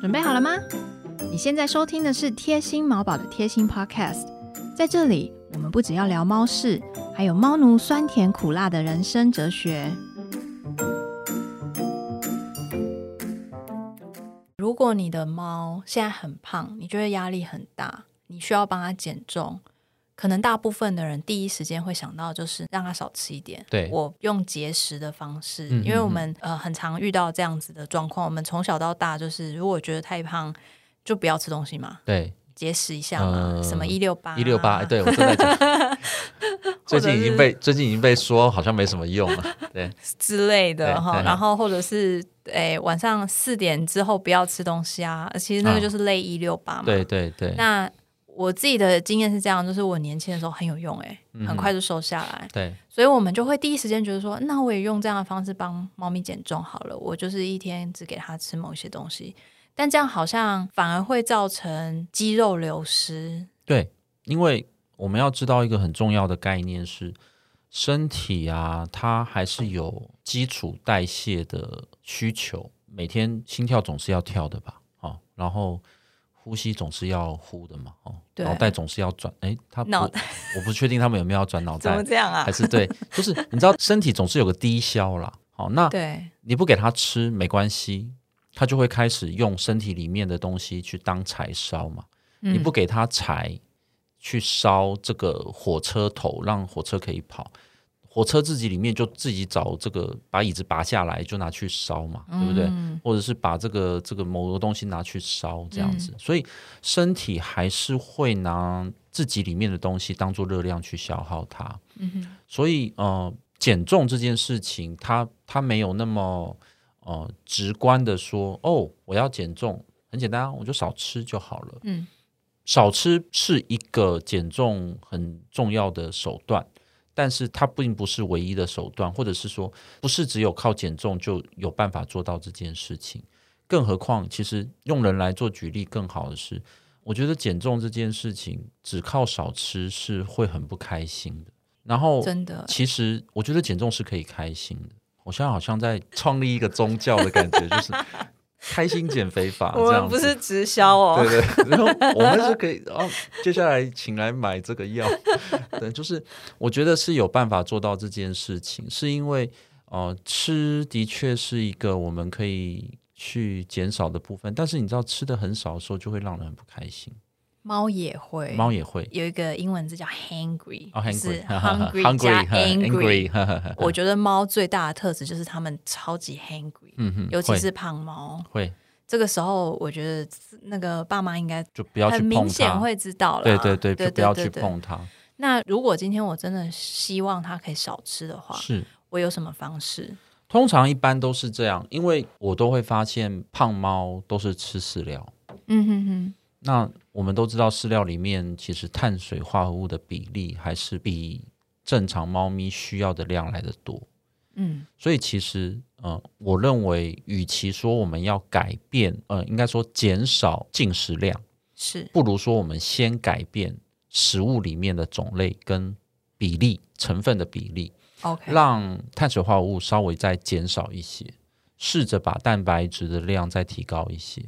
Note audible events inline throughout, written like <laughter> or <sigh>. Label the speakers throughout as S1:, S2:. S1: 准备好了吗？你现在收听的是贴心毛宝的贴心 Podcast，在这里我们不只要聊猫事，还有猫奴酸甜苦辣的人生哲学。如果你的猫现在很胖，你觉得压力很大，你需要帮它减重，可能大部分的人第一时间会想到就是让它少吃一点。
S2: 对
S1: 我用节食的方式，
S2: 嗯嗯
S1: 因为我们呃很常遇到这样子的状况。我们从小到大就是，如果觉得太胖，就不要吃东西嘛，
S2: 对，
S1: 节食一下嘛，
S2: 嗯
S1: 什么一六八啊
S2: 一六八，哎对我正在讲，
S1: <laughs>
S2: 最近已经被最近已经被说好像没什么用
S1: <laughs>
S2: 了，对，
S1: 之类的
S2: 对
S1: 哈，
S2: 对
S1: 然后或者是诶、晚上四点之后不要吃东西啊，其实那个
S2: 嗯
S1: 就是类一六八嘛。
S2: 对对对，
S1: 那我自己的经验是这样，就是我年轻的时候很有用、欸，
S2: 嗯
S1: 很快就瘦下来，
S2: 对，
S1: 所以我们就会第一时间觉得说，那我也用这样的方式帮猫咪减重好了，我就是一天只给它吃某一些东西，但这样好像反而会造成肌肉流失。
S2: 对，因为我们要知道一个很重要的概念是，身体啊，它还是有基础代谢的需求，每天心跳总是要跳的吧？哦，然后呼吸总是要呼的嘛？哦，
S1: 对
S2: 脑袋总是要转，哎，它不
S1: 脑
S2: 我我不确定他们有没有要转
S1: <laughs>
S2: 脑
S1: 怎么
S2: 袋，
S1: 这样啊
S2: 还？是对，就是你知道身体总是有个低消啦。好、那
S1: 对
S2: 你不给它吃没关系，它就会开始用身体里面的东西去当柴烧嘛。
S1: 嗯
S2: 你不给它柴去烧这个火车头，让火车可以跑，火车自己里面就自己找这个把椅子拔下来就拿去烧嘛，对不对？
S1: 嗯
S2: 或者是把这个这个某个东西拿去烧这样子，所以身体还是会拿自己里面的东西当做热量去消耗它。所以呃，减重这件事情，它它没有那么呃直观的说，哦，我要减重，很简单啊，我就少吃就好了。
S1: 嗯，
S2: 少吃是一个减重很重要的手段。但是它并不是唯一的手段，或者是说，不是只有靠减重就有办法做到这件事情。更何况，其实用人来做举例更好的是，我觉得减重这件事情只靠少吃是会很不开心的。然后，
S1: 真的
S2: 其实我觉得减重是可以开心的。我现在好像在创立一个宗教的感觉，就是开心减
S1: <laughs>
S2: 肥法。
S1: 我
S2: 啊这样
S1: 们
S2: 子
S1: 不是直销哦，
S2: 对对，然后我们是可以，哦，接下来请来买这个药。对，就是我觉得是有办法做到这件事情，是因为呃，吃的确是一个我们可以去减少的部分，但是你知道吃的很少的时候，就会让人很不开心。
S1: <laughs> 猫也会，
S2: 猫也会，
S1: 有一个英文字叫 hungry，、
S2: 哦
S1: 就是 hungry 加
S2: ，hungry，hungry，hungry，呵呵呵
S1: 我觉得猫最大的特质就是它们超级 hungry，、
S2: 嗯哼，
S1: 尤其
S2: 会
S1: 是胖猫。
S2: 会
S1: 这个时候，我觉得那个爸妈应该
S2: 就不要去
S1: 很
S2: 碰
S1: 明显
S2: 它。
S1: 会知道了。
S2: 对对对，
S1: 对，对
S2: 就不要去。
S1: 对对
S2: 碰它。
S1: 那如果今天我真的希望它可以少吃的话，
S2: 是，
S1: 我有什么方式？
S2: 通常一般都是这样，因为我都会发现胖猫都是吃饲料。
S1: 嗯哼哼，
S2: 那我们都知道，饲料里面其实碳水化合物的比例还是比正常猫咪需要的量来的多。
S1: 嗯
S2: 所以其实，呃，我认为，与其说我们要改变，呃，应该说减少进食量，
S1: 是
S2: 不如说我们先改变食物里面的种类跟比例、成分的比例。
S1: OK。
S2: 让碳水化合物稍微再减少一些，试着把蛋白质的量再提高一些。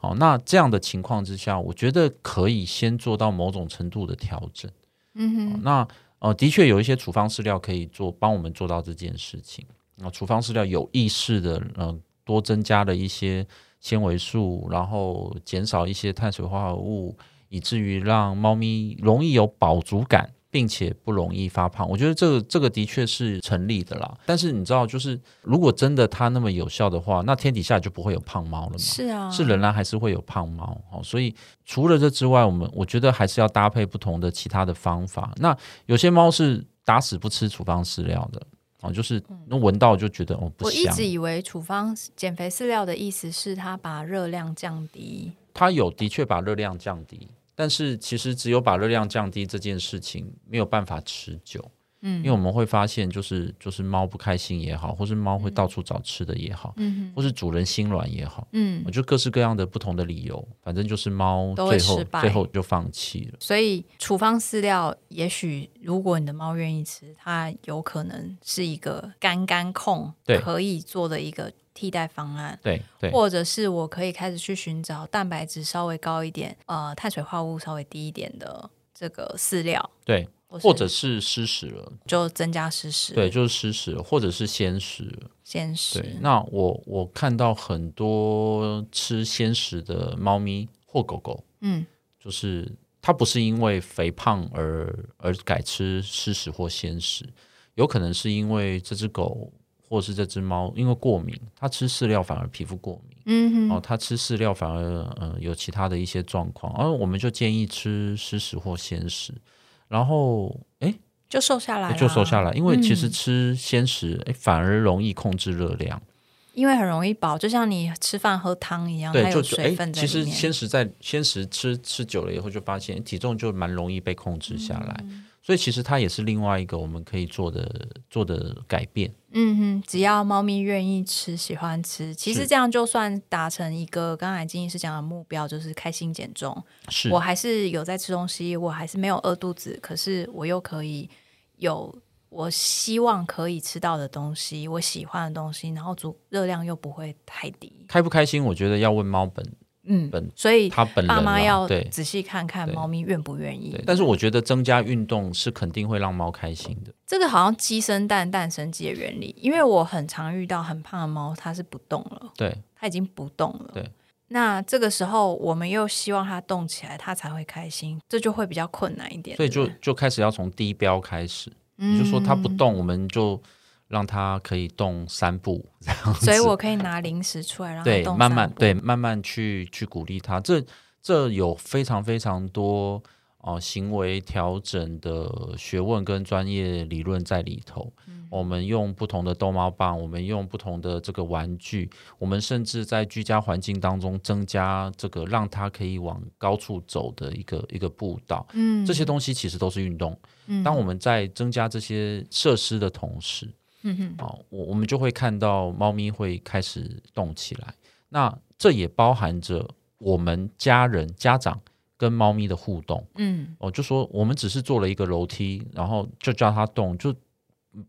S2: 好，那这样的情况之下，我觉得可以先做到某种程度的调整。
S1: 嗯
S2: 好
S1: 哼，
S2: 那呃，的确有一些处方饲料可以做，帮我们做到这件事情。那、哦处方饲料有意识的，嗯、多增加了一些纤维素，然后减少一些碳水化合物，以至于让猫咪容易有饱足感，并且不容易发胖。我觉得这个这个的确是成立的啦。但是你知道，就是如果真的它那么有效的话，那天底下就不会有胖猫了嘛。
S1: 是啊，
S2: 是仍然还是会有胖猫哦，所以除了这之外，我们我觉得还是要搭配不同的其他的方法。那有些猫是打死不吃处方饲料的哦，就是那闻到就觉得哦
S1: 嗯
S2: 不
S1: 我一
S2: 香，
S1: 直以为处方减肥饲料的意思是它把热量降低。
S2: 它有的确把热量降低，但是其实只有把热量降低这件事情没有办法持久，
S1: 嗯
S2: 因为我们会发现就是就是猫不开心也好，或是猫会到处找吃的也好，
S1: 嗯哼
S2: 或是主人心软也好，
S1: 嗯
S2: 我，就各式各样的不同的理由，反正就是猫
S1: 都会
S2: 最后
S1: 失败
S2: 最后就放弃了。
S1: 所以处方饲料，也许如果你的猫愿意吃，它有可能是一个干干控
S2: 对
S1: 可以做的一个替代方案，
S2: 对对
S1: 或者是我可以开始去寻找蛋白质稍微高一点，呃，碳水化合物稍微低一点的这个饲料，
S2: 对，
S1: 是
S2: 或者是失食了，
S1: 就增加湿食，
S2: 对，，就是失食了，或者是鲜食了。
S1: 鲜食，
S2: 对，那我我看到很多吃鲜食的猫咪或狗狗，
S1: 嗯
S2: 就是它不是因为肥胖而而改吃湿食或鲜食，有可能是因为这只狗或是这只猫因为过敏，它吃饲料反而皮肤过敏，
S1: 嗯
S2: 哦，
S1: 哼，
S2: 它吃饲料反而呃有其他的一些状况，而、我们就建议吃湿食或鲜食，然后诶。
S1: 就瘦下来，
S2: 就瘦下
S1: 来，
S2: 来，因为其实
S1: 嗯
S2: 吃鲜食、诶反而容易控制热量。
S1: 因为很容易饱，就像你吃饭喝汤一样，它
S2: 对，
S1: 嗯有
S2: 就就
S1: 水
S2: 哎，
S1: 分在
S2: 其
S1: 里
S2: 实
S1: 面，
S2: 鲜食在鲜食吃吃久了以后，就发现哎体重就蛮容易被控制下来。所以其实它也是另外一个我们可以做的做的改变。
S1: 嗯哼，只要猫咪愿意吃、喜欢吃，其实
S2: 是
S1: 这样就算达成一个刚才金医师讲的目标，就是开心减重。
S2: 是
S1: 我还是有在吃东西，我还是没有饿肚子，可是我又可以有我希望可以吃到的东西，我喜欢的东西，然后足热量又不会太低。
S2: 开不开心，我觉得要问猫本
S1: 嗯
S2: 本，
S1: 所以
S2: 它本人
S1: 爸妈
S2: 啦
S1: 要
S2: 对
S1: 仔细看看
S2: 对
S1: 猫咪愿不愿意
S2: 对。。但是我觉得增加运动是肯定会让猫开心的。
S1: 这个好像鸡生蛋，蛋生鸡的原理，因为我很常遇到很胖的猫，它是不动了。
S2: 对
S1: 他已经不动了。
S2: 对，
S1: 那这个时候我们又希望他动起来，他才会开心，这就会比较困难一点。
S2: 所以就
S1: 对不对
S2: 就开始要从低标开始，你就说它
S1: 嗯
S2: 不，动，我们就让它可以动三步这样
S1: 嗯
S2: 子。
S1: <laughs> 所以我可以拿零食出来让他
S2: 对，
S1: 动
S2: 慢
S1: 散
S2: 慢
S1: 步
S2: 对慢慢去去鼓励他。这这有非常非常多哦、呃行为调整的学问跟专业理论在里头。
S1: 嗯
S2: 我们用不同的逗猫棒，我们用不同的这个玩具，我们甚至在居家环境当中增加这个让它可以往高处走的一个一个步道。
S1: 嗯
S2: 这些东西其实都是运动。
S1: 嗯
S2: 当我们在增加这些设施的同时，
S1: 嗯哼
S2: 啊，我我们就会看到猫咪会开始动起来。那这也包含着我们家人、家长跟猫咪的互动。
S1: 嗯
S2: 哦，就说我们只是做了一个楼梯，然后就叫它动，就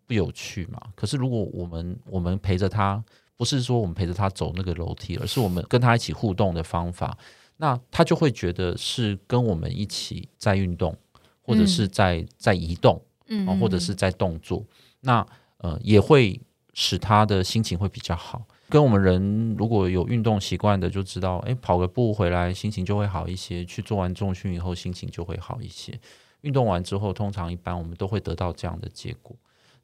S2: 不有趣嘛。可是如果我们我们陪着它，不是说我们陪着它走那个楼梯，而是我们跟它一起互动的方法，那它就会觉得是跟我们一起在运动，或者是在、在移动。
S1: 嗯
S2: 啊，或者是在动作，那呃也会使他的心情会比较好。跟我们人如果有运动习惯的，就知道，诶，跑个步回来心情就会好一些，去做完重训以后心情就会好一些。运动完之后，通常一般我们都会得到这样的结果。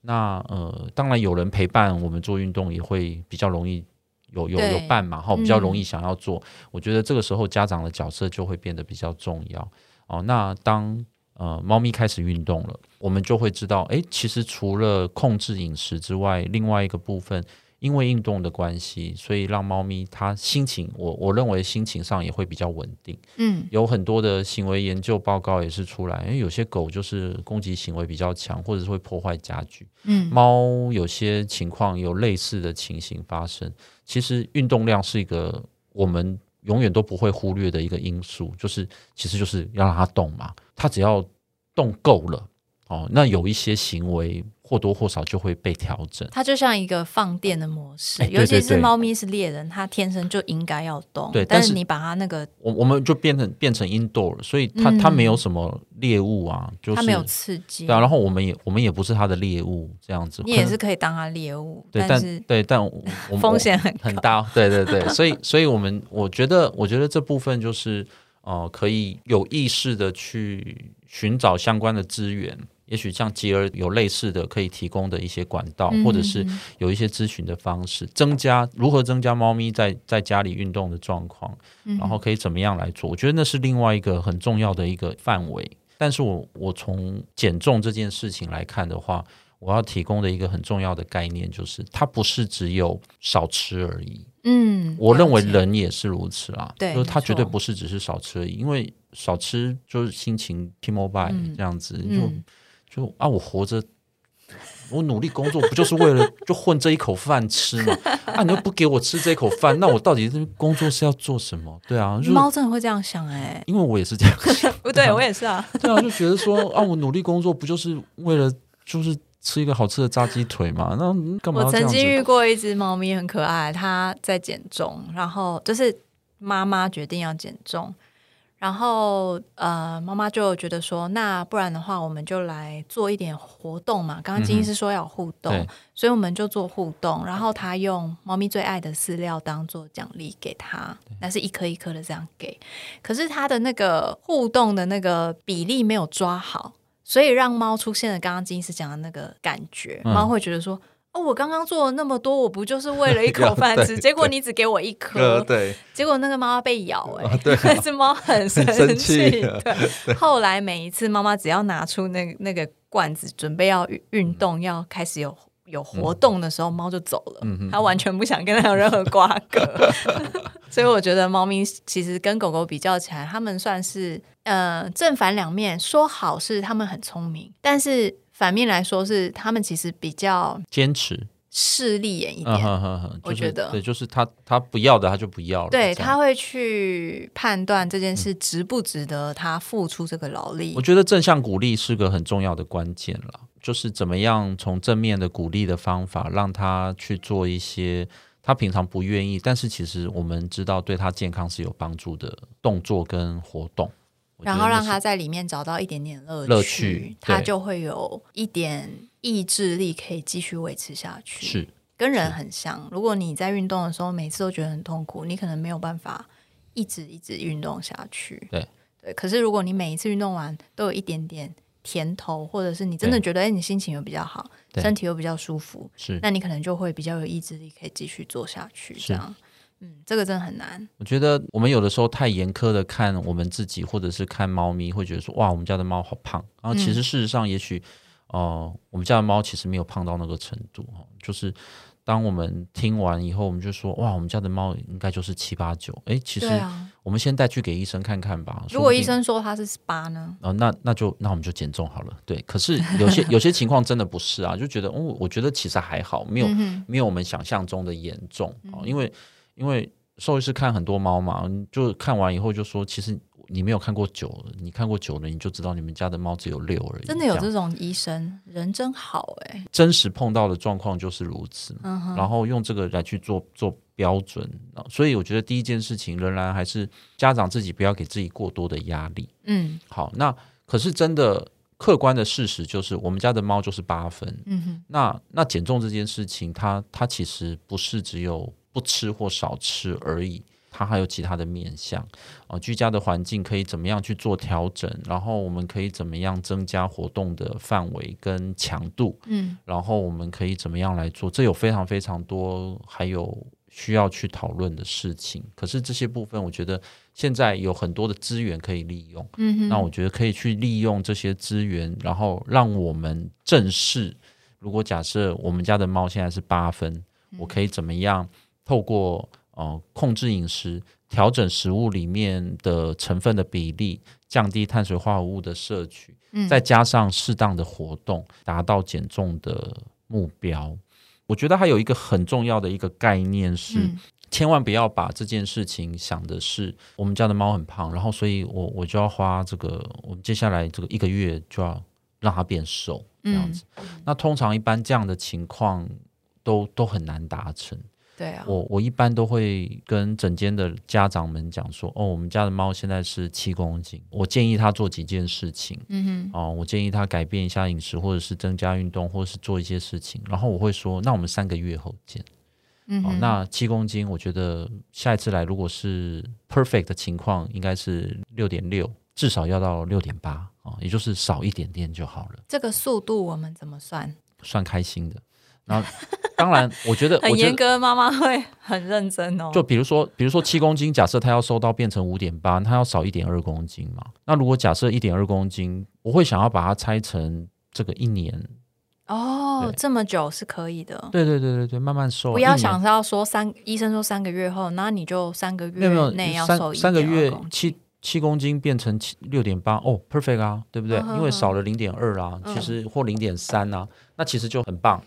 S2: 那呃，当然有人陪伴我们做运动，也会比较容易有有有
S1: 对
S2: 伴嘛，哦哈，比较容
S1: 嗯
S2: 易想要做。我觉得这个时候家长的角色就会变得比较重要哦。那当呃猫咪开始运动了，我们就会知道，诶，其实除了控制饮食之外，另外一个部分，因为运动的关系，所以让猫咪它心情，我我认为心情上也会比较稳定。
S1: 嗯
S2: 有很多的行为研究报告也是出来，因为有些狗就是攻击行为比较强，或者是会破坏家具。
S1: 嗯
S2: 猫有些情况有类似的情形发生。其实运动量是一个我们永远都不会忽略的一个因素，就是其实就是要让它动嘛，它只要动够了哦，那有一些行为或多或少就会被调整。
S1: 它就像一个放电的模式，
S2: 哎对
S1: 尤其
S2: 对
S1: 是
S2: 对
S1: 猫咪是猎人，它天生就应该要动。
S2: 对
S1: 但
S2: 但是
S1: 你把它那个，
S2: 我我们就变成变成 indoor，了所以它、
S1: 嗯
S2: 它没有什么猎物啊，就是
S1: 它没有刺激，
S2: 对啊，然后我们也我们也不是它的猎物这样子，
S1: 你也是可以当它猎物，
S2: <laughs> 对，
S1: 是
S2: 但对，但我我们
S1: 风险很
S2: 很
S1: 高。
S2: 大，对对对，所以所以我们我觉得我觉得这部分就是呃，可以有意识的去寻找相关的资源，也许像吉儿有类似的可以提供的一些管道，或者是
S1: 嗯
S2: 有一些咨询的方式，增加如何增加猫咪在在家里运动的状况，
S1: 嗯
S2: 然后可以怎么样来做，我觉得那是另外一个很重要的一个范围。但是我我从减重这件事情来看的话，我要提供的一个很重要的概念就是，它不是只有少吃而已。
S1: 嗯，
S2: 我认为
S1: 了解
S2: 人也是如此啦，
S1: 对
S2: 就是他
S1: 没错
S2: 绝对不是只是少吃而已，因为少吃就是心情 t m o b i
S1: 嗯
S2: l 这样子，
S1: 嗯
S2: 就就啊，我活着，我努力工作不就是为了就混这一口饭吃嘛？啊，你又不给我吃这口饭，那我到底这工作是要做什么？对啊，就
S1: 猫真的会这样想
S2: <laughs>
S1: 哎、
S2: 因为我也是这 <laughs> 样想，
S1: <laughs> 不对，我也是啊。
S2: 对啊，就觉得说啊，我努力工作不就是为了就是吃一个好吃的炸鸡腿嘛？那干
S1: 我
S2: 嘛要这
S1: 曾
S2: 样
S1: 经
S2: 子？
S1: 遇过一只猫咪很可爱，它在减重，然后就是妈妈决定要减重，然后呃，妈妈就觉得说，那不然的话，我们就来做一点活动嘛。刚刚金医师说要有互动，
S2: 嗯对
S1: 所以我们就做互动，然后他用猫咪最爱的饲料当做奖励给他，那是一颗一颗的这样给。可是他的那个互动的那个比例没有抓好，所以让猫出现了刚刚金医师讲的那个感觉，
S2: 嗯
S1: 猫会觉得说。哦，我刚刚做了那么多，我不就是为
S2: <laughs>
S1: 了一口
S2: 要
S1: 饭
S2: 对
S1: 吃？结果
S2: 对
S1: 你只给我一颗
S2: 呃，，对，
S1: 结果那个妈妈被咬、欸，哎、
S2: 啊对啊
S1: <laughs> 那只猫很生
S2: 很生气啊
S1: 对，后来每一次妈妈只要拿出那那个罐子，准备要运运动，要开始有有活动的时候，猫就走了，
S2: 嗯
S1: 它完全不想跟它有任何瓜葛。 <laughs> 所以我觉得猫咪其实跟狗狗比较起来，它们算是呃正反两面。说好是它们很聪明，但是反面来说是它们其实比较
S2: 坚持，
S1: 势利眼一点。
S2: 嗯哼哼哼，
S1: 我
S2: 就是
S1: 觉得
S2: 对，就是他他不要的他就不要了，
S1: 对，
S2: 这样嗯
S1: 他会去判断这件事值不值得他付出这个劳力
S2: 我。觉得正向鼓励是个很重要的关键啦，就是怎么样从正面的鼓励的方法，让他去做一些他平常不愿意，但是其实我们知道对他健康是有帮助的动作跟活动，我觉
S1: 然
S2: 得
S1: 后让
S2: 那是
S1: 他在里面找到一点点乐
S2: 乐趣
S1: 他
S2: 对
S1: 就会有一点意志力可以继续维持下去。
S2: 是
S1: 跟人很像，如果你在运动的时候每次都觉得很痛苦，你可能没有办法一直一直运动下去。
S2: 对
S1: 对，可是如果你每一次运动完都有一点点甜头，或者是你真的
S2: 对
S1: 觉得哎、你心情又比较好，
S2: 对
S1: 身体又比较舒服，
S2: 是，
S1: 那你可能就会比较有意志力，可以继续做下去。
S2: 是
S1: 这样，嗯，这个真的很难。
S2: 我觉得我们有的时候太严苛的看我们自己，或者是看猫咪，会觉得说哇，我们家的猫好胖。然后其实事实上，也许哦、呃我们家的猫其实没有胖到那个程度哦。就是当我们听完以后，我们就说哇，我们家的猫应该就是七八九。诶，其实
S1: 对啊，
S2: 我们先带去给医生看看吧。
S1: 如果医
S2: 啊、
S1: 生说他是十八呢？
S2: 哦那那就那我们就减重好了。对，可是有些有些情况真的不是啊，就觉得哦，我觉得其实还好，没有、
S1: 嗯哼，嗯
S2: 没有我们想象中的严重啊、哦因为因为兽医师看很多猫嘛，你就看完以后就说，其实你没有看过九的，你看过九的，你就知道你们家的猫只有六而已。
S1: 真的有
S2: 这
S1: 这
S2: 样
S1: 种医生，人真好哎、
S2: 真实碰到的状况就是如此嘛，
S1: 嗯哼，
S2: 然后用这个来去做做标准、啊所以我觉得第一件事情仍然还是家长自己不要给自己过多的压力。
S1: 嗯
S2: 好，那可是真的客观的事实就是，我们家的猫就是八分，
S1: 嗯哼，
S2: 那那减重这件事情，它它其实不是只有不吃或少吃而已，它还有其他的面向啊、呃居家的环境可以怎么样去做调整，然后我们可以怎么样增加活动的范围跟强度，
S1: 嗯
S2: 然后我们可以怎么样来做？这有非常非常多，还有需要去讨论的事情。可是这些部分，我觉得现在有很多的资源可以利用。
S1: 嗯哼，
S2: 那我觉得可以去利用这些资源，然后让我们正视。如果假设我们家的猫现在是八分，
S1: 嗯
S2: 我可以怎么样透过呃控制饮食、调整食物里面的成分的比例，降低碳水化合物的摄取，
S1: 嗯
S2: 再加上适当的活动，达到减重的目标。我觉得还有一个很重要的一个概念是，
S1: 嗯
S2: 千万不要把这件事情想的是我们家的猫很胖，然后所以我我就要花这个，我们接下来这个一个月就要让它变瘦
S1: 嗯
S2: 这样子。那通常一般这样的情况都都很难达成。
S1: 对啊，
S2: 我我一般都会跟整间的家长们讲说，哦，我们家的猫现在是七公斤，我建议它做几件事情。
S1: 嗯
S2: 哦，我建议他改变一下饮食，或者是增加运动，或者是做一些事情。然后我会说，那我们三个月后见。
S1: 哼，嗯
S2: 哦
S1: 哼，，
S2: 那七公斤，我觉得下一次来如果是 perfect 的情况，应该是六点六，至少要到六点八啊，也就是少一点点就好了，
S1: 这个速度我们怎么算？
S2: 算开心的。然后，当然，我觉得，
S1: <laughs> 很
S2: 呃我觉
S1: 严
S2: 得。
S1: 格，妈妈会很认真哦。
S2: 就比如说，比如说七公斤，假设他要瘦到变成五点八，他要少一点二公斤嘛。那如果假设一点二公斤，我会想要把它拆成这个一年
S1: 哦
S2: 对，
S1: 这么久是可以的。
S2: 对对对对对，慢慢瘦啊。
S1: 不要
S2: 一年
S1: 想是要说三，医生说三个月后，那你就三个
S2: 没有没
S1: 月
S2: 有
S1: 内要瘦
S2: 三
S1: 一
S2: 三个
S1: 点二
S2: 月
S1: 公斤
S2: 七七公斤变成七六点八哦，perfect 啊，对不对？
S1: 嗯哼
S2: 因为少了零点二啦，
S1: 嗯
S2: 其实或零点三啊，那其实就很棒。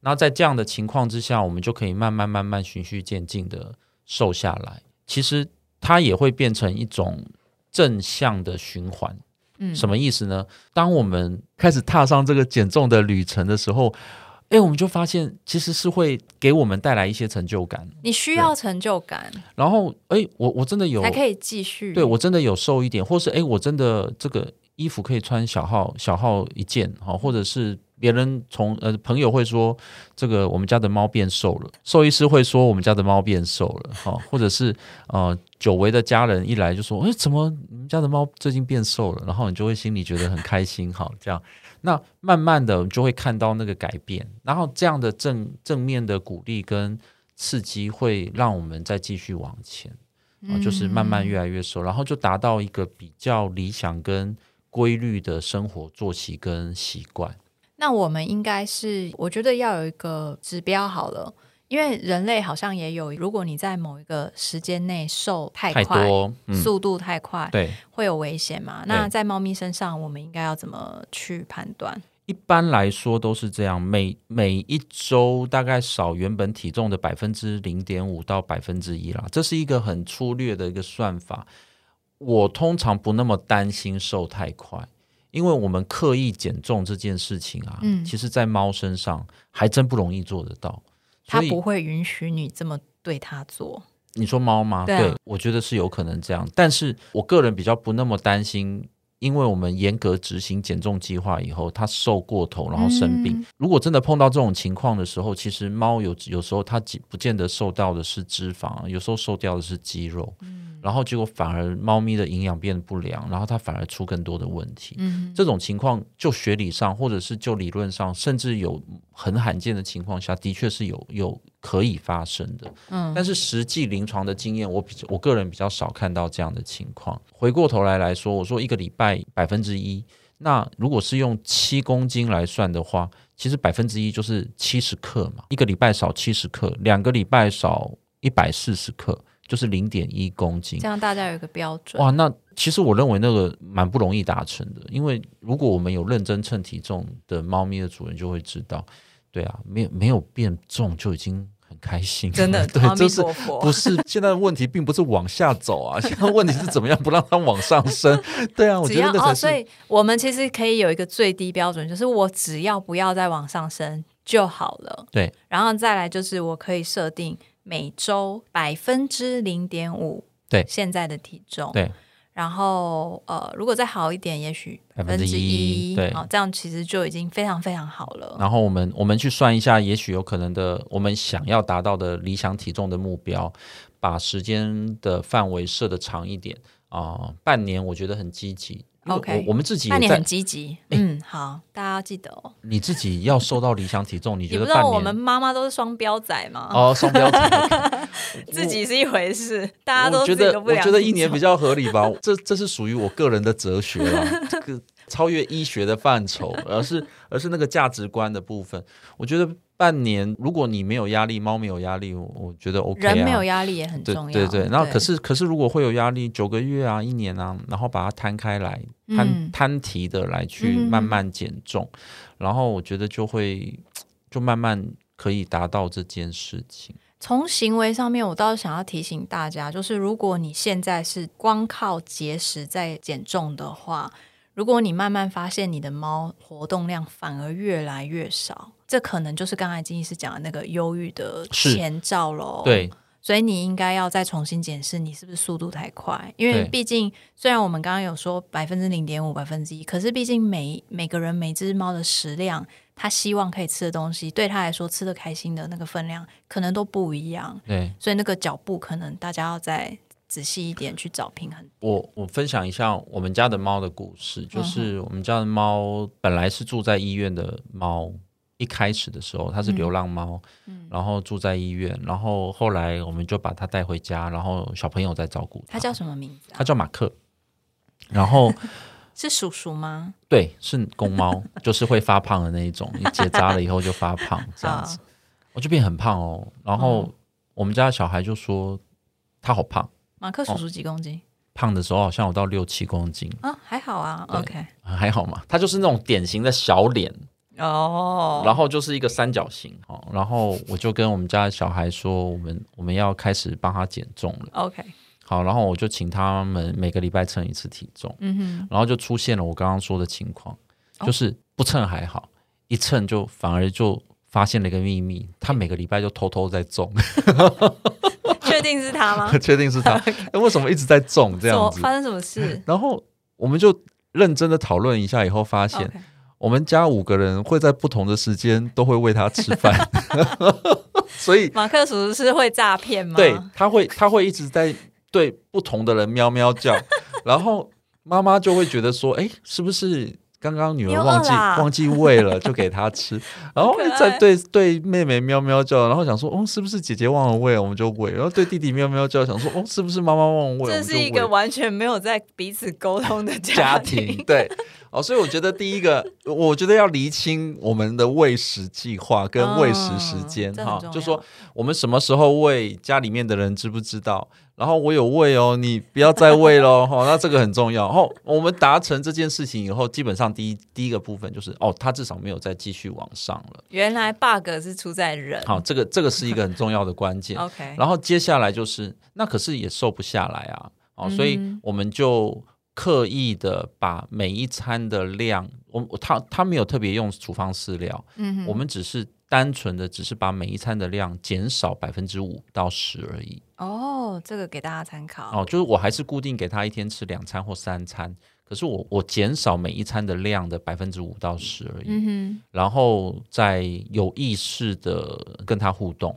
S2: 那在这样的情况之下，我们就可以慢慢慢慢循序渐进的瘦下来。其实它也会变成一种正向的循环，
S1: 嗯
S2: 什么意思呢？当我们开始踏上这个减重的旅程的时候，哎，我们就发现其实是会给我们带来一些成就感。
S1: 你需要成就感
S2: 然后，哎，我我真的有
S1: 才可以继续。
S2: 对我真的有瘦一点，或是哎，诶我真的这个衣服可以穿小号小号一件好，或者是别人从呃朋友会说这个我们家的猫变瘦了，兽医师会说我们家的猫变瘦了，好，或者是呃久违的家人一来就说，哎，怎么你们家的猫最近变瘦了？然后你就会心里觉得很开心，好，这样。那慢慢的，你就会看到那个改变，然后这样的正正面的鼓励跟刺激，会让我们再继续往前。啊，就是慢慢越来越瘦，然后就达到一个比较理想跟规律的生活作息跟习惯。
S1: 那我们应该是，我觉得要有一个指标好了，因为人类好像也有，如果你在某一个时间内瘦太
S2: 太
S1: 快，
S2: 多，嗯，
S1: 速度太快，
S2: 对，
S1: 会有危险嘛？
S2: 对
S1: 那在猫咪身上，我们应该要怎么去判断？
S2: 一般来说都是这样，每每一周大概少原本体重的百分之零点五到百分之一啦，这是一个很粗略的一个算法。我通常不那么担心瘦太快，因为我们刻意减重这件事情啊，
S1: 嗯
S2: 其实在猫身上还真不容易做得到。
S1: 它
S2: 所以
S1: 不会允许你这么对它做。
S2: 你说猫吗？
S1: 对啊
S2: 我觉得是有可能这样，但是我个人比较不那么担心，因为我们严格执行减重计划以后，它瘦过头然后生病。
S1: 嗯
S2: 如果真的碰到这种情况的时候，其实猫有有时候它几不见得瘦到的是脂肪，有时候瘦掉的是肌肉，
S1: 嗯
S2: 然后结果反而猫咪的营养变得不良，然后它反而出更多的问题。
S1: 嗯，
S2: 这种情况，就学理上或者是就理论上，甚至有很罕见的情况下，的确是有有可以发生的。
S1: 嗯
S2: 但是实际临床的经验，我比我个人比较少看到这样的情况。回过头来来说，我说一个礼拜百分之一，那如果是用七公斤来算的话，其实百分之一就是七十克嘛，一个礼拜少七十克，两个礼拜少一百四十克，就是零点一公斤
S1: 这。样大家有一个标准。
S2: 哇，那其实我认为那个蛮不容易达成的，因为如果我们有认真称体重的猫咪的主人就会知道，对啊，没有没有变重就已经很开心了，
S1: 真的，
S2: <laughs> 对
S1: 阿，弥
S2: 这是
S1: 陀佛，
S2: 不是现在的问题，并不是往下走啊， <laughs> 现在问题是怎么样不让它往上升？ <laughs> 对啊，我
S1: 只
S2: 觉
S1: 要
S2: 得那
S1: 哦，
S2: 才
S1: 所
S2: 是。
S1: 以我们其实可以有一个最低标准，就是我只要不要再往上升就好了。
S2: 对，
S1: 然后再来就是我可以设定每周百分之零点五，
S2: 对
S1: 现在的体重，
S2: 对。
S1: 然后呃，如果再好一点，也许百分之
S2: 1%对
S1: 好，这样其实就已经非常非常好了。
S2: 然后我们我们去算一下，也许有可能的，我们想要达到的理想体重的目标，把时间的范围设的长一点啊、半年我觉得很积极。因为
S1: OK
S2: 我我们自己
S1: 那
S2: 也
S1: 你
S2: 在
S1: 很积极，
S2: 哎
S1: 嗯，好，大家要记得哦。
S2: 你自己要瘦到理想体重，你
S1: 你
S2: 觉
S1: 不
S2: 得
S1: 知道
S2: 半
S1: 我们
S2: 年？
S1: 妈妈都是双标仔吗？
S2: 哦，双标准，OK
S1: <laughs> 自己是一回事，大家
S2: 我
S1: 都
S2: 我觉
S1: 自己都
S2: 得
S1: 不
S2: 我
S1: 良
S2: 觉得一年
S1: 体
S2: 比较合理吧，这这是属于我个人的哲学啦，这个超越医学的范畴，而是而是那个价值观的部分。我觉得半年，如果你没有压力，猫没有压力，我我觉得 OK
S1: 重
S2: 啊。
S1: 人没有压力也很
S2: 对
S1: 重要。
S2: 对对，然后可是可是如果会有压力，九个月啊，一年啊，然后把它摊开来，摊、
S1: 嗯
S2: 摊提的来去
S1: 嗯嗯嗯
S2: 慢慢减重，然后我觉得就会就慢慢可以达到这件事情。
S1: 从行为上面，我倒是想要提醒大家，就是如果你现在是光靠节食在减重的话，如果你慢慢发现你的猫活动量反而越来越少，这可能就是刚才金医师讲的那个忧郁的
S2: 是
S1: 前兆喽。，
S2: 对，
S1: 所以你应该要再重新检视你是不是速度太快，因为
S2: 对
S1: 毕竟虽然我们刚刚有说百分之零点五、百分之一，可是毕竟每每个人每只猫的食量，它希望可以吃的东西，对它来说吃的开心的那个分量可能都不一样，
S2: 对
S1: 所以那个脚步可能大家要再仔细一点去找平衡。
S2: 我我分享一下我们家的猫的故事，就是我们家的猫本来是住在医院的猫。一开始的时候，它是流浪猫，然后住在医院，然后后来我们就把它带回家，然后小朋友在照顾
S1: 它叫什么名字、啊
S2: 它？叫马克，然后
S1: 是叔叔吗？
S2: 对，是公猫，就是会发胖的那一种，你结扎了以后就发胖这样子，我就变很胖哦。然后我们家的小孩就说他好胖，
S1: 马克叔
S2: 哦
S1: 叔几公斤？
S2: 胖的时候好像有到六七公斤，
S1: 啊，还好啊。
S2: 对
S1: OK，
S2: 还好嘛。他就是那种典型的小脸，
S1: 哦
S2: 然后就是一个三角形哦。然后我就跟我们家的小孩说，我们我们要开始帮他减重了。
S1: ，OK，
S2: 好，然后我就请他们每个礼拜称一次体重，
S1: 嗯哼，
S2: 然后就出现了我刚刚说的情况，
S1: 哦
S2: 就是不称还好，一称就反而就发现了一个秘密，他每个礼拜就偷偷在重，？
S1: 确定是他吗
S2: 确定是
S1: <laughs>
S2: 他，诶为什么一直在重 <laughs> 这
S1: 怎么
S2: 样子？
S1: 发生啊什么
S2: <laughs>
S1: 事
S2: 然后我们就认真的讨论一下，以后发现
S1: ？OK，
S2: 我们家五个人会在不同的时间都会喂他
S1: <laughs>
S2: 吃饭，所以
S1: 马克叔叔是会诈骗吗？
S2: 对他会他会一直在对不同的人喵喵
S1: <laughs>
S2: 叫，然后妈妈就会觉得说，哎，是不是？刚刚女
S1: 你
S2: 儿
S1: 又饿
S2: 忘记
S1: 啦
S2: 忘记喂了，就给她
S1: <laughs>
S2: 吃，然后
S1: 可
S2: 一直在
S1: 爱
S2: 对对妹妹喵喵叫，然后想说，哦，是不是姐姐忘了喂，我们就喂；然后对弟弟喵喵叫，想说，哦，是不是妈妈忘了喂，我
S1: 这
S2: 们就是喂。
S1: 一个完全没有在彼此沟通
S2: <laughs>
S1: 的 <laughs>
S2: 家庭
S1: 庭。
S2: 对，哦，所以我觉得第一个，我觉得要厘清我们的喂食计划跟喂食时间
S1: 嗯这很
S2: 哈、
S1: 重要
S2: 就说我们什么时候喂，家里面的人知不知道？然后我有喂哦，你不要再喂喽， <laughs> 哈、那这个很重要。然后我们达成这件事情以后，基本上第一第一个部分就是，哦，他至少没有再继续往上了。
S1: 原来 bug 是出在
S2: <laughs>
S1: 人。
S2: 好，这个这个是一个很重要的关键。
S1: OK，
S2: 然后接下来就是，那可是也瘦不下来啊，哦，
S1: 嗯哼
S2: 所以我们就刻意的把每一餐的量，我我他他没有特别用处方饲料，
S1: 嗯哼
S2: 我们只是单纯的只是把每一餐的量减少百分之五到十而已，
S1: 哦，这个给大家参考。
S2: 哦，就是我还是固定给他一天吃两餐或三餐，可是我我减少每一餐的量的百分之五到十而已，
S1: 嗯
S2: 然后再有意识的跟他互动。哦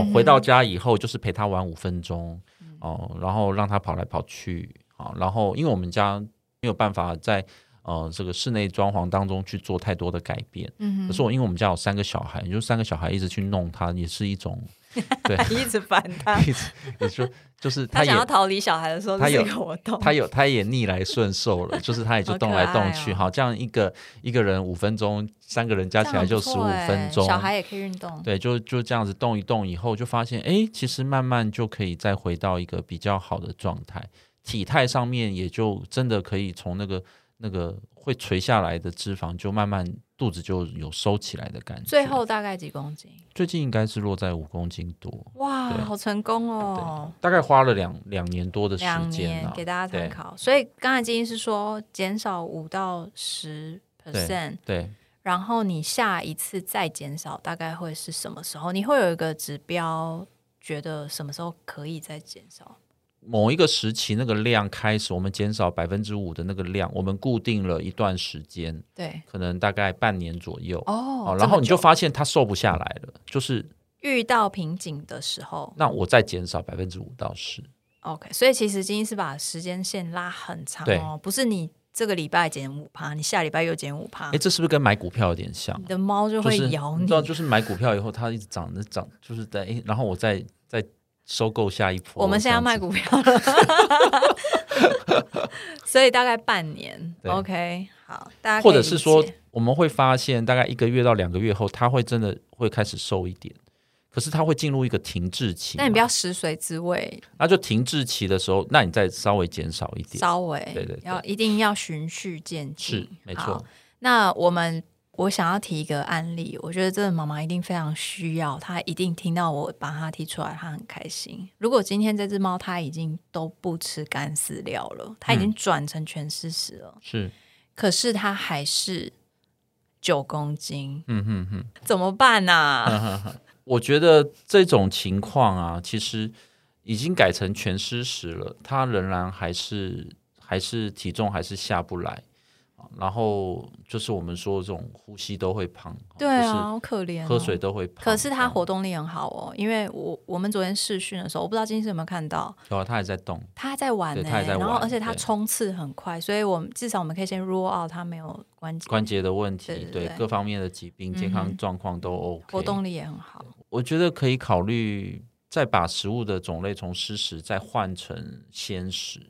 S1: 嗯，哼
S2: 回到家以后就是陪他玩五分钟，哦，然后让他跑来跑去，好、然后因为我们家没有办法在呃这个室内装潢当中去做太多的改变，
S1: 哼，嗯
S2: 可是我因为我们家有三个小孩，就三个小孩一直去弄他，也是
S1: <laughs>
S2: 一种，对，
S1: 哼，一直烦
S2: <laughs>
S1: 他。
S2: 一直也就就是
S1: 他
S2: 他也
S1: 想要逃离小孩的时候，
S2: 他有
S1: 这个我懂。
S2: 他有，他也逆来顺受了，就是他也就
S1: 好
S2: 动
S1: 可
S2: 来动
S1: 爱
S2: 去，
S1: <laughs> 哦
S2: 好，这样一个一个人五分钟，三个人加起来就
S1: 这
S2: 十
S1: 样
S2: 五
S1: 不错欸
S2: 分钟，
S1: 小孩也可以运动。
S2: 对，就就这样子动一动以后，就发现哎，诶其实慢慢就可以再回到一个比较好的状态，体态上面也就真的可以从那个那个会垂下来的脂肪，就慢慢肚子就有收起来的感觉。
S1: 最后大概几公斤？
S2: 最近应该是落在五公斤多，
S1: 哇，
S2: 对
S1: 好成功哦！
S2: 大概花了两两年多的时
S1: 两
S2: 间
S1: 年
S2: 啊
S1: 给大家参
S2: 对
S1: 考。所以刚才建议是说减少五到十 percent，
S2: 对，
S1: 然后你下一次再减少，大概会是什么时候？你会有一个指标，觉得什么时候可以再减少？
S2: 某一个时期那个量开始，我们减少百分之五的那个量，我们固定了一段时间，
S1: 对，
S2: 可能大概半年左右。
S1: 哦
S2: 哦，然后你就
S1: 这么久
S2: 发现它瘦不下来了，就是
S1: 遇到瓶颈的时候
S2: 那我再减少百分之五到十。
S1: ，OK。所以其实金医是把时间线拉很长
S2: 对
S1: 哦，不是你这个礼拜减五趴，你下礼拜又减五趴
S2: 哎，，这是不是跟买股票有点像
S1: 你？的猫啊就
S2: 就
S1: 会
S2: 是
S1: 咬
S2: 你
S1: 你
S2: 知。道，就是买股票以后它一直涨，那涨就是在哎，诶然后我再再收购下一波。
S1: 我们现在卖
S2: 这样子
S1: 股票了， <laughs> 所以大概半年。
S2: 对
S1: OK，好，大家可以
S2: 或者是说
S1: 理解，
S2: 我们会发现大概一个月到两个月后，它会真的会开始瘦一点，可是它会进入一个停滞期嘛。
S1: 但你不要食髓知味，
S2: 那就停滞期的时候，那你再稍微减少一点，
S1: 稍微
S2: 对对对
S1: 要一定要循序渐进，
S2: 是没
S1: 好
S2: 错。。
S1: 那我们我想要提一个案例，我觉得这个妈妈一定非常需要，她一定听到我把她提出来，她很开心。如果今天这只猫它已经都不吃干饲料了，它
S2: 嗯
S1: 已经转成全湿食了，
S2: 是，
S1: 可是它还是九公斤，
S2: 嗯哼哼。
S1: 怎么办啊
S2: 啊
S1: 呐、
S2: 我觉得这种情况啊，其实已经改成全湿食了，他仍然还是还是体重还是下不来，啊然后就是我们说这种呼吸都会胖，
S1: 对啊，好可怜、
S2: 就是喝水。都会胖。
S1: 可是它活
S2: 动，
S1: 动力很好哦，因为我我们昨天试训的时候，我不知道今天有没有看到，
S2: 对啊，他还在动，
S1: 他还在玩
S2: 对
S1: 呢、
S2: 他还在玩
S1: 然后而且他
S2: 对
S1: 冲刺很快，所以我们至少我们可以先 rule out 他没有关节，
S2: 关节的问题，
S1: 对对对
S2: 各方面的疾病、健
S1: 嗯
S2: 康
S1: 哼
S2: 状况都 OK。
S1: 活动力也很好。
S2: 我觉得可以考虑再把食物的种类从湿食再换成鲜食。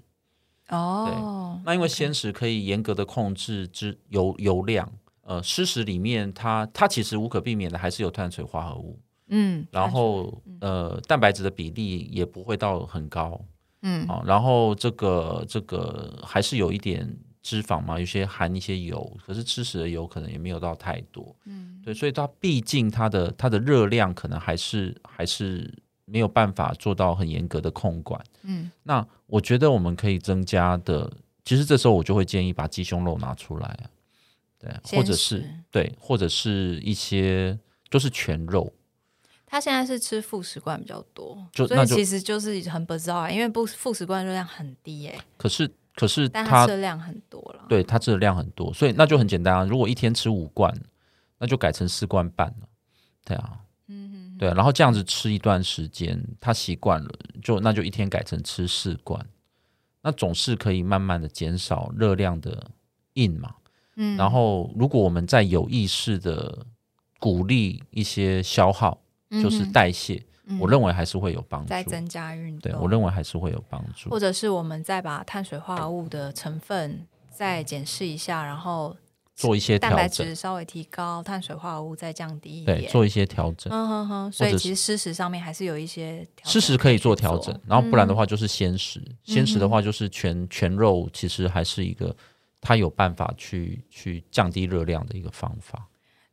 S1: 哦，
S2: 那因为鲜食可以严格的控制脂油油量，呃，湿食里面它它其实无可避免的还是有碳水化合物，
S1: 嗯，
S2: 然后呃蛋白质的比例也不会到很高
S1: 嗯
S2: 啊，然后这个这个还是有一点脂肪嘛，有些含一些油，可是吃食的油可能也没有到太多，
S1: 嗯
S2: 对，所以它毕竟它的它的热量可能还是还是没有办法做到很严格的控管。
S1: 嗯，
S2: 那我觉得我们可以增加的，其实这时候我就会建议把鸡胸肉拿出来啊，对啊，或者是
S1: 鲜食
S2: 对，或者是一些就是全肉，
S1: 他现在是吃副食罐比较多，
S2: 就
S1: 所
S2: 那
S1: 以
S2: 就
S1: 其实就是很不知道，因为不副食罐热量很低耶、
S2: 可是可是
S1: 但
S2: 它
S1: 它吃的量很多了。
S2: 对它吃的量很多，所以那就很简单啊，如果一天吃五罐，那就改成四罐半了，对啊。
S1: 嗯，嗯，
S2: 对啊，然后这样子吃一段时间，他习惯了，就那就一天改成吃四罐，那总是可以慢慢的减少热量的印嘛。
S1: 嗯
S2: 然后，如果我们在有意识的鼓励一些消耗，就是
S1: 嗯
S2: 代谢，
S1: 嗯
S2: 我认为还是会有帮
S1: 再
S2: 助。
S1: 增加运动，
S2: 对，我认为还是会有帮助
S1: 或。者是我们再把碳水化合物的成分再检视一下，然后
S2: 做一些
S1: 蛋
S2: 调
S1: 白
S2: 整，
S1: 质稍微提高，碳水化合物再降低一
S2: 对，
S1: 点。
S2: 做一些调整。
S1: 嗯哼哼，所以其实湿食上面还是有一些调整嗯
S2: 事实可以做
S1: 去
S2: 调整，然后不然的话就是鲜食。鲜
S1: 嗯
S2: 食的话就是全全肉，其实还是一个它有办法去去降低热量的一个方法。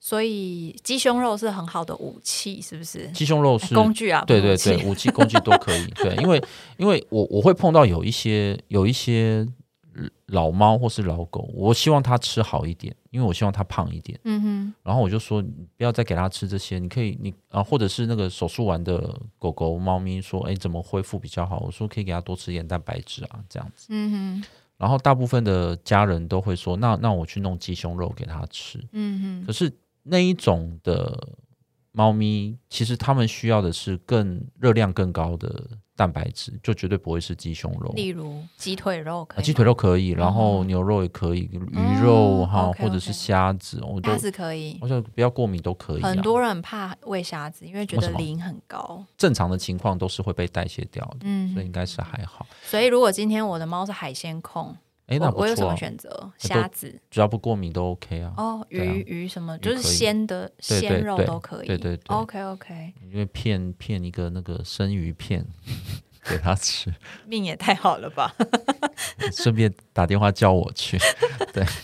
S1: 所以鸡胸肉是很好的武器，是不是？
S2: 鸡胸肉
S1: 哎
S2: 是，
S1: 工具啊，
S2: 对
S1: 不是
S2: 对
S1: 武器
S2: 对，武器工具都可以。对，因为因为我我会碰到有一些有一些呃老猫或是老狗，我希望它吃好一点，因为我希望它胖一点。
S1: 嗯哼，
S2: 然后我就说，你不要再给它吃这些，你可以你啊，或者是那个手术完的狗狗、猫咪说，哎，怎么恢复比较好？我说可以给它多吃一点蛋白质啊，这样子。
S1: 嗯哼，
S2: 然后大部分的家人都会说，那那我去弄鸡胸肉给它吃。
S1: 嗯哼，
S2: 可是那一种的猫咪，其实它们需要的是更热量更高的蛋白质，就绝对不会是鸡胸肉。
S1: 例如鸡腿肉可以
S2: 啊，
S1: 吗，
S2: 鸡腿肉可以，然后
S1: 嗯
S2: 牛肉也可以，
S1: 嗯
S2: 鱼肉哈，
S1: OK，OK
S2: 或者是虾子，我都
S1: 鸭子可以
S2: 我。想不要过敏都可以、啊。
S1: 很多人很怕喂虾子，因为觉
S2: 为
S1: 得
S2: 什么
S1: 磷很高。
S2: 正常的情况都是会被代谢掉的，
S1: 嗯
S2: 所以应该是还好。
S1: 所以如果今天我的猫是海鲜控，
S2: 哎，那
S1: 我
S2: 不
S1: 我有什
S2: 错、
S1: 么
S2: 啊，
S1: 选择？
S2: 都
S1: 虾子
S2: 只要不过敏都 OK 啊，
S1: 哦，
S2: 对啊
S1: 鱼鱼什么，
S2: 可
S1: 就
S2: 以
S1: 是鲜的
S2: 对对
S1: 鲜肉
S2: 对
S1: 都可以。
S2: 对对对
S1: OK OK，
S2: 因为片片一个那个生鱼片 <laughs> 给它吃，
S1: 命也太好了吧，
S2: <laughs> 顺便打电话叫我去。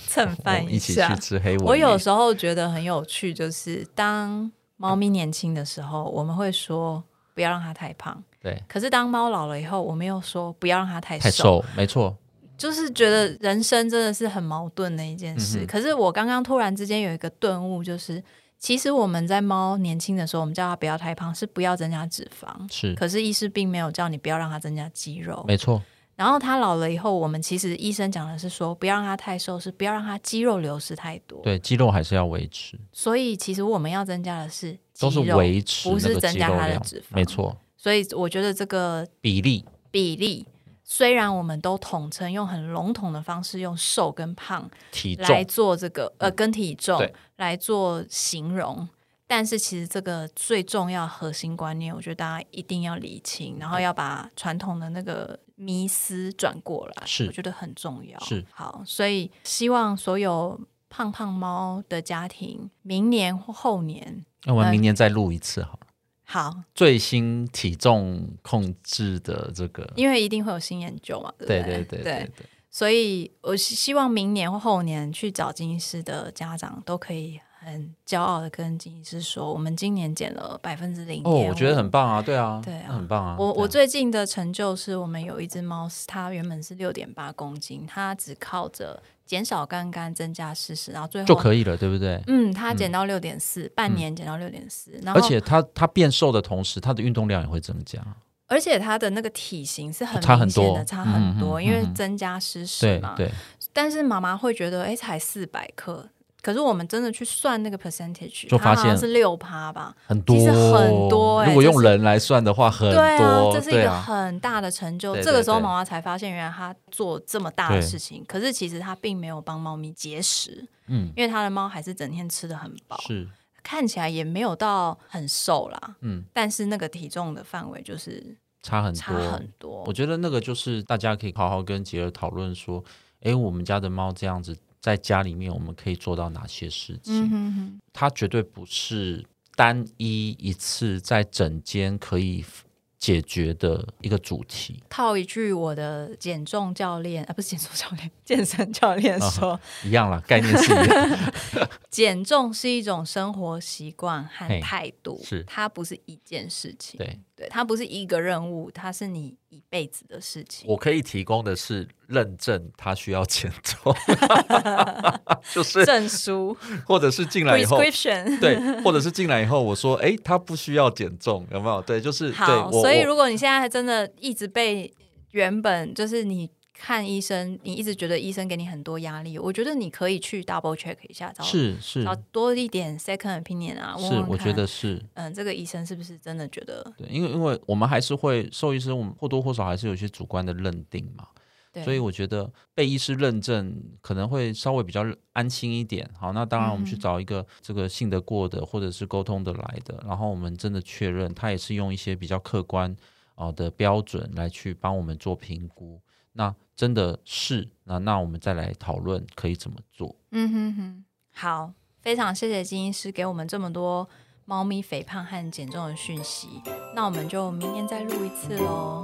S1: 蹭
S2: 我
S1: 饭
S2: 们一起
S1: 下
S2: 去。吃黑尾鱼。
S1: 我有时候觉得很有趣，就是当猫咪年轻的时候，我们会说不要让它太胖；
S2: 对
S1: 可是当猫老了以后，我们又说不要让它太
S2: 太瘦，没错，
S1: 就是觉得人生真的是很矛盾的一件事。
S2: 嗯哼
S1: 可是我刚刚突然之间有一个顿悟，就是其实我们在猫年轻的时候，我们叫它不要太胖，是不要增加脂肪。
S2: 是
S1: 可是医师并没有叫你不要让它增加肌肉。
S2: 没错，
S1: 然后它老了以后，我们其实医生讲的是说，不要让它太瘦，是不要让它肌肉流失太多。
S2: 对，肌肉还是要维持，
S1: 所以其实我们要增加的是肌
S2: 都
S1: 肉，
S2: 是维持
S1: 不
S2: 那
S1: 是
S2: 个
S1: 增
S2: 肌
S1: 加
S2: 肉
S1: 它的
S2: 量
S1: 脂肪，
S2: 没错，
S1: 所以我觉得这个
S2: 比例
S1: 比例，虽然我们都统称用很笼统的方式用瘦跟胖
S2: 体
S1: 来
S2: 重嗯
S1: 做这个呃跟体重
S2: 对
S1: 来做形容，但是其实这个最重要核心观念，我觉得大家一定要理清，然后要把传统的那个。迷思转过来，
S2: 是
S1: 我觉得很重要。
S2: 是
S1: 好，所以希望所有胖胖猫的家庭，明年或后年，
S2: 那我们
S1: 嗯
S2: 明年再录一次好了。
S1: 好，
S2: 最新体重控制的这个，
S1: 因为一定会有新研究嘛，对不
S2: 对
S1: 对
S2: 对对对对，
S1: 所以我希希望明年或后年去找金医师的家长都可以很骄傲的跟金医师说，我们今年减了百分之零
S2: 哦，我觉得很。棒啊，对啊，
S1: 对啊
S2: 那很棒啊。
S1: 我
S2: 对啊
S1: 我最近的成就是，我们有一只猫，它原本是六点八公斤，它只靠着减少干干、增加湿食，然后最后
S2: 啊就可以了，对不对？
S1: 嗯，它减到六点四，半年减到六点四，然后
S2: 而且它它变瘦的同时，它的运动量也会增加，
S1: 而且它的那个体型是很
S2: 差很
S1: 明显的
S2: 多
S1: 差很
S2: 嗯
S1: 多，
S2: 嗯
S1: 因为
S2: 嗯
S1: 增加湿食
S2: 对
S1: 嘛，
S2: 对，
S1: 但是妈妈会觉得，哎，才四百克，可是我们真的去算那个 percentage，
S2: 就发
S1: 它好像
S2: 现
S1: 是六趴吧。
S2: 很多
S1: 其实很多欸
S2: 如果
S1: 这是
S2: 用人来算的话，很
S1: 对啊，
S2: 多，
S1: 这是一
S2: 对
S1: 个
S2: 啊，
S1: 很大的成就。
S2: 对对
S1: 这个时候，
S2: 对
S1: 妈妈才发现，原来她做这么大的
S2: 对
S1: 事情，可是其实她并没有帮猫咪节食，
S2: 嗯，
S1: 因为她的猫还是整天吃的很饱，
S2: 是。
S1: 看起来也没有到很瘦啦，
S2: 嗯，
S1: 但是那个体重的范围就是
S2: 差很多。
S1: 差很多。
S2: 我觉得那个就是大家可以好好跟杰儿讨论说，诶，我们家的猫这样子，在家里面我们可以做到哪些事情？
S1: 嗯哼哼，
S2: 它绝对不是单一一次在整间可以解决的一个主题。
S1: 套一句我的减重教练啊，不是减重教练，健身教练
S2: 啊
S1: 说，
S2: 一样啦，概念是
S1: <laughs>
S2: 一样。
S1: 减重是一种生活习惯
S2: 嘿
S1: 和态度，
S2: 是
S1: 它不是一件事情。
S2: 对
S1: 对，它不是一个任务，它是你一辈子的事情。
S2: 我可以提供的是认证，他需要签证， <laughs> 就是
S1: 证
S2: <laughs>
S1: 书
S2: 或者是进来以后，
S1: <laughs> prescription
S2: 对，或者是进来以后，我说，哎，他不需要减重，有没有？对， <laughs> 就是对
S1: 好，
S2: 我，
S1: 所以
S2: 我
S1: 如果你现在还真的一直被原本就是你看医生，你一直觉得医生给你很多压力，我觉得你可以去 double check 一下，找
S2: 是是
S1: 找多一点 second opinion 啊，问
S2: 是
S1: 问，
S2: 我觉
S1: 看
S2: 得是。
S1: 嗯，这个医生是不是真的觉得
S2: 对，因为因为我们还是会兽医师，我们或多或少还是有一些主观的认定嘛，
S1: 对？
S2: 所以我觉得被医师认证可能会稍微比较安心一点。好，那当然我们去
S1: 嗯
S2: 找一个这个信得过的，或者是沟通得来的，然后我们真的确认，他也是用一些比较客观啊、呃的标准来去帮我们做评估。那真的是那那我们再来讨论可以怎么做。
S1: 嗯哼哼，好，非常谢谢金医师给我们这么多猫咪肥胖和减重的讯息，那我们就明天再录一次喽。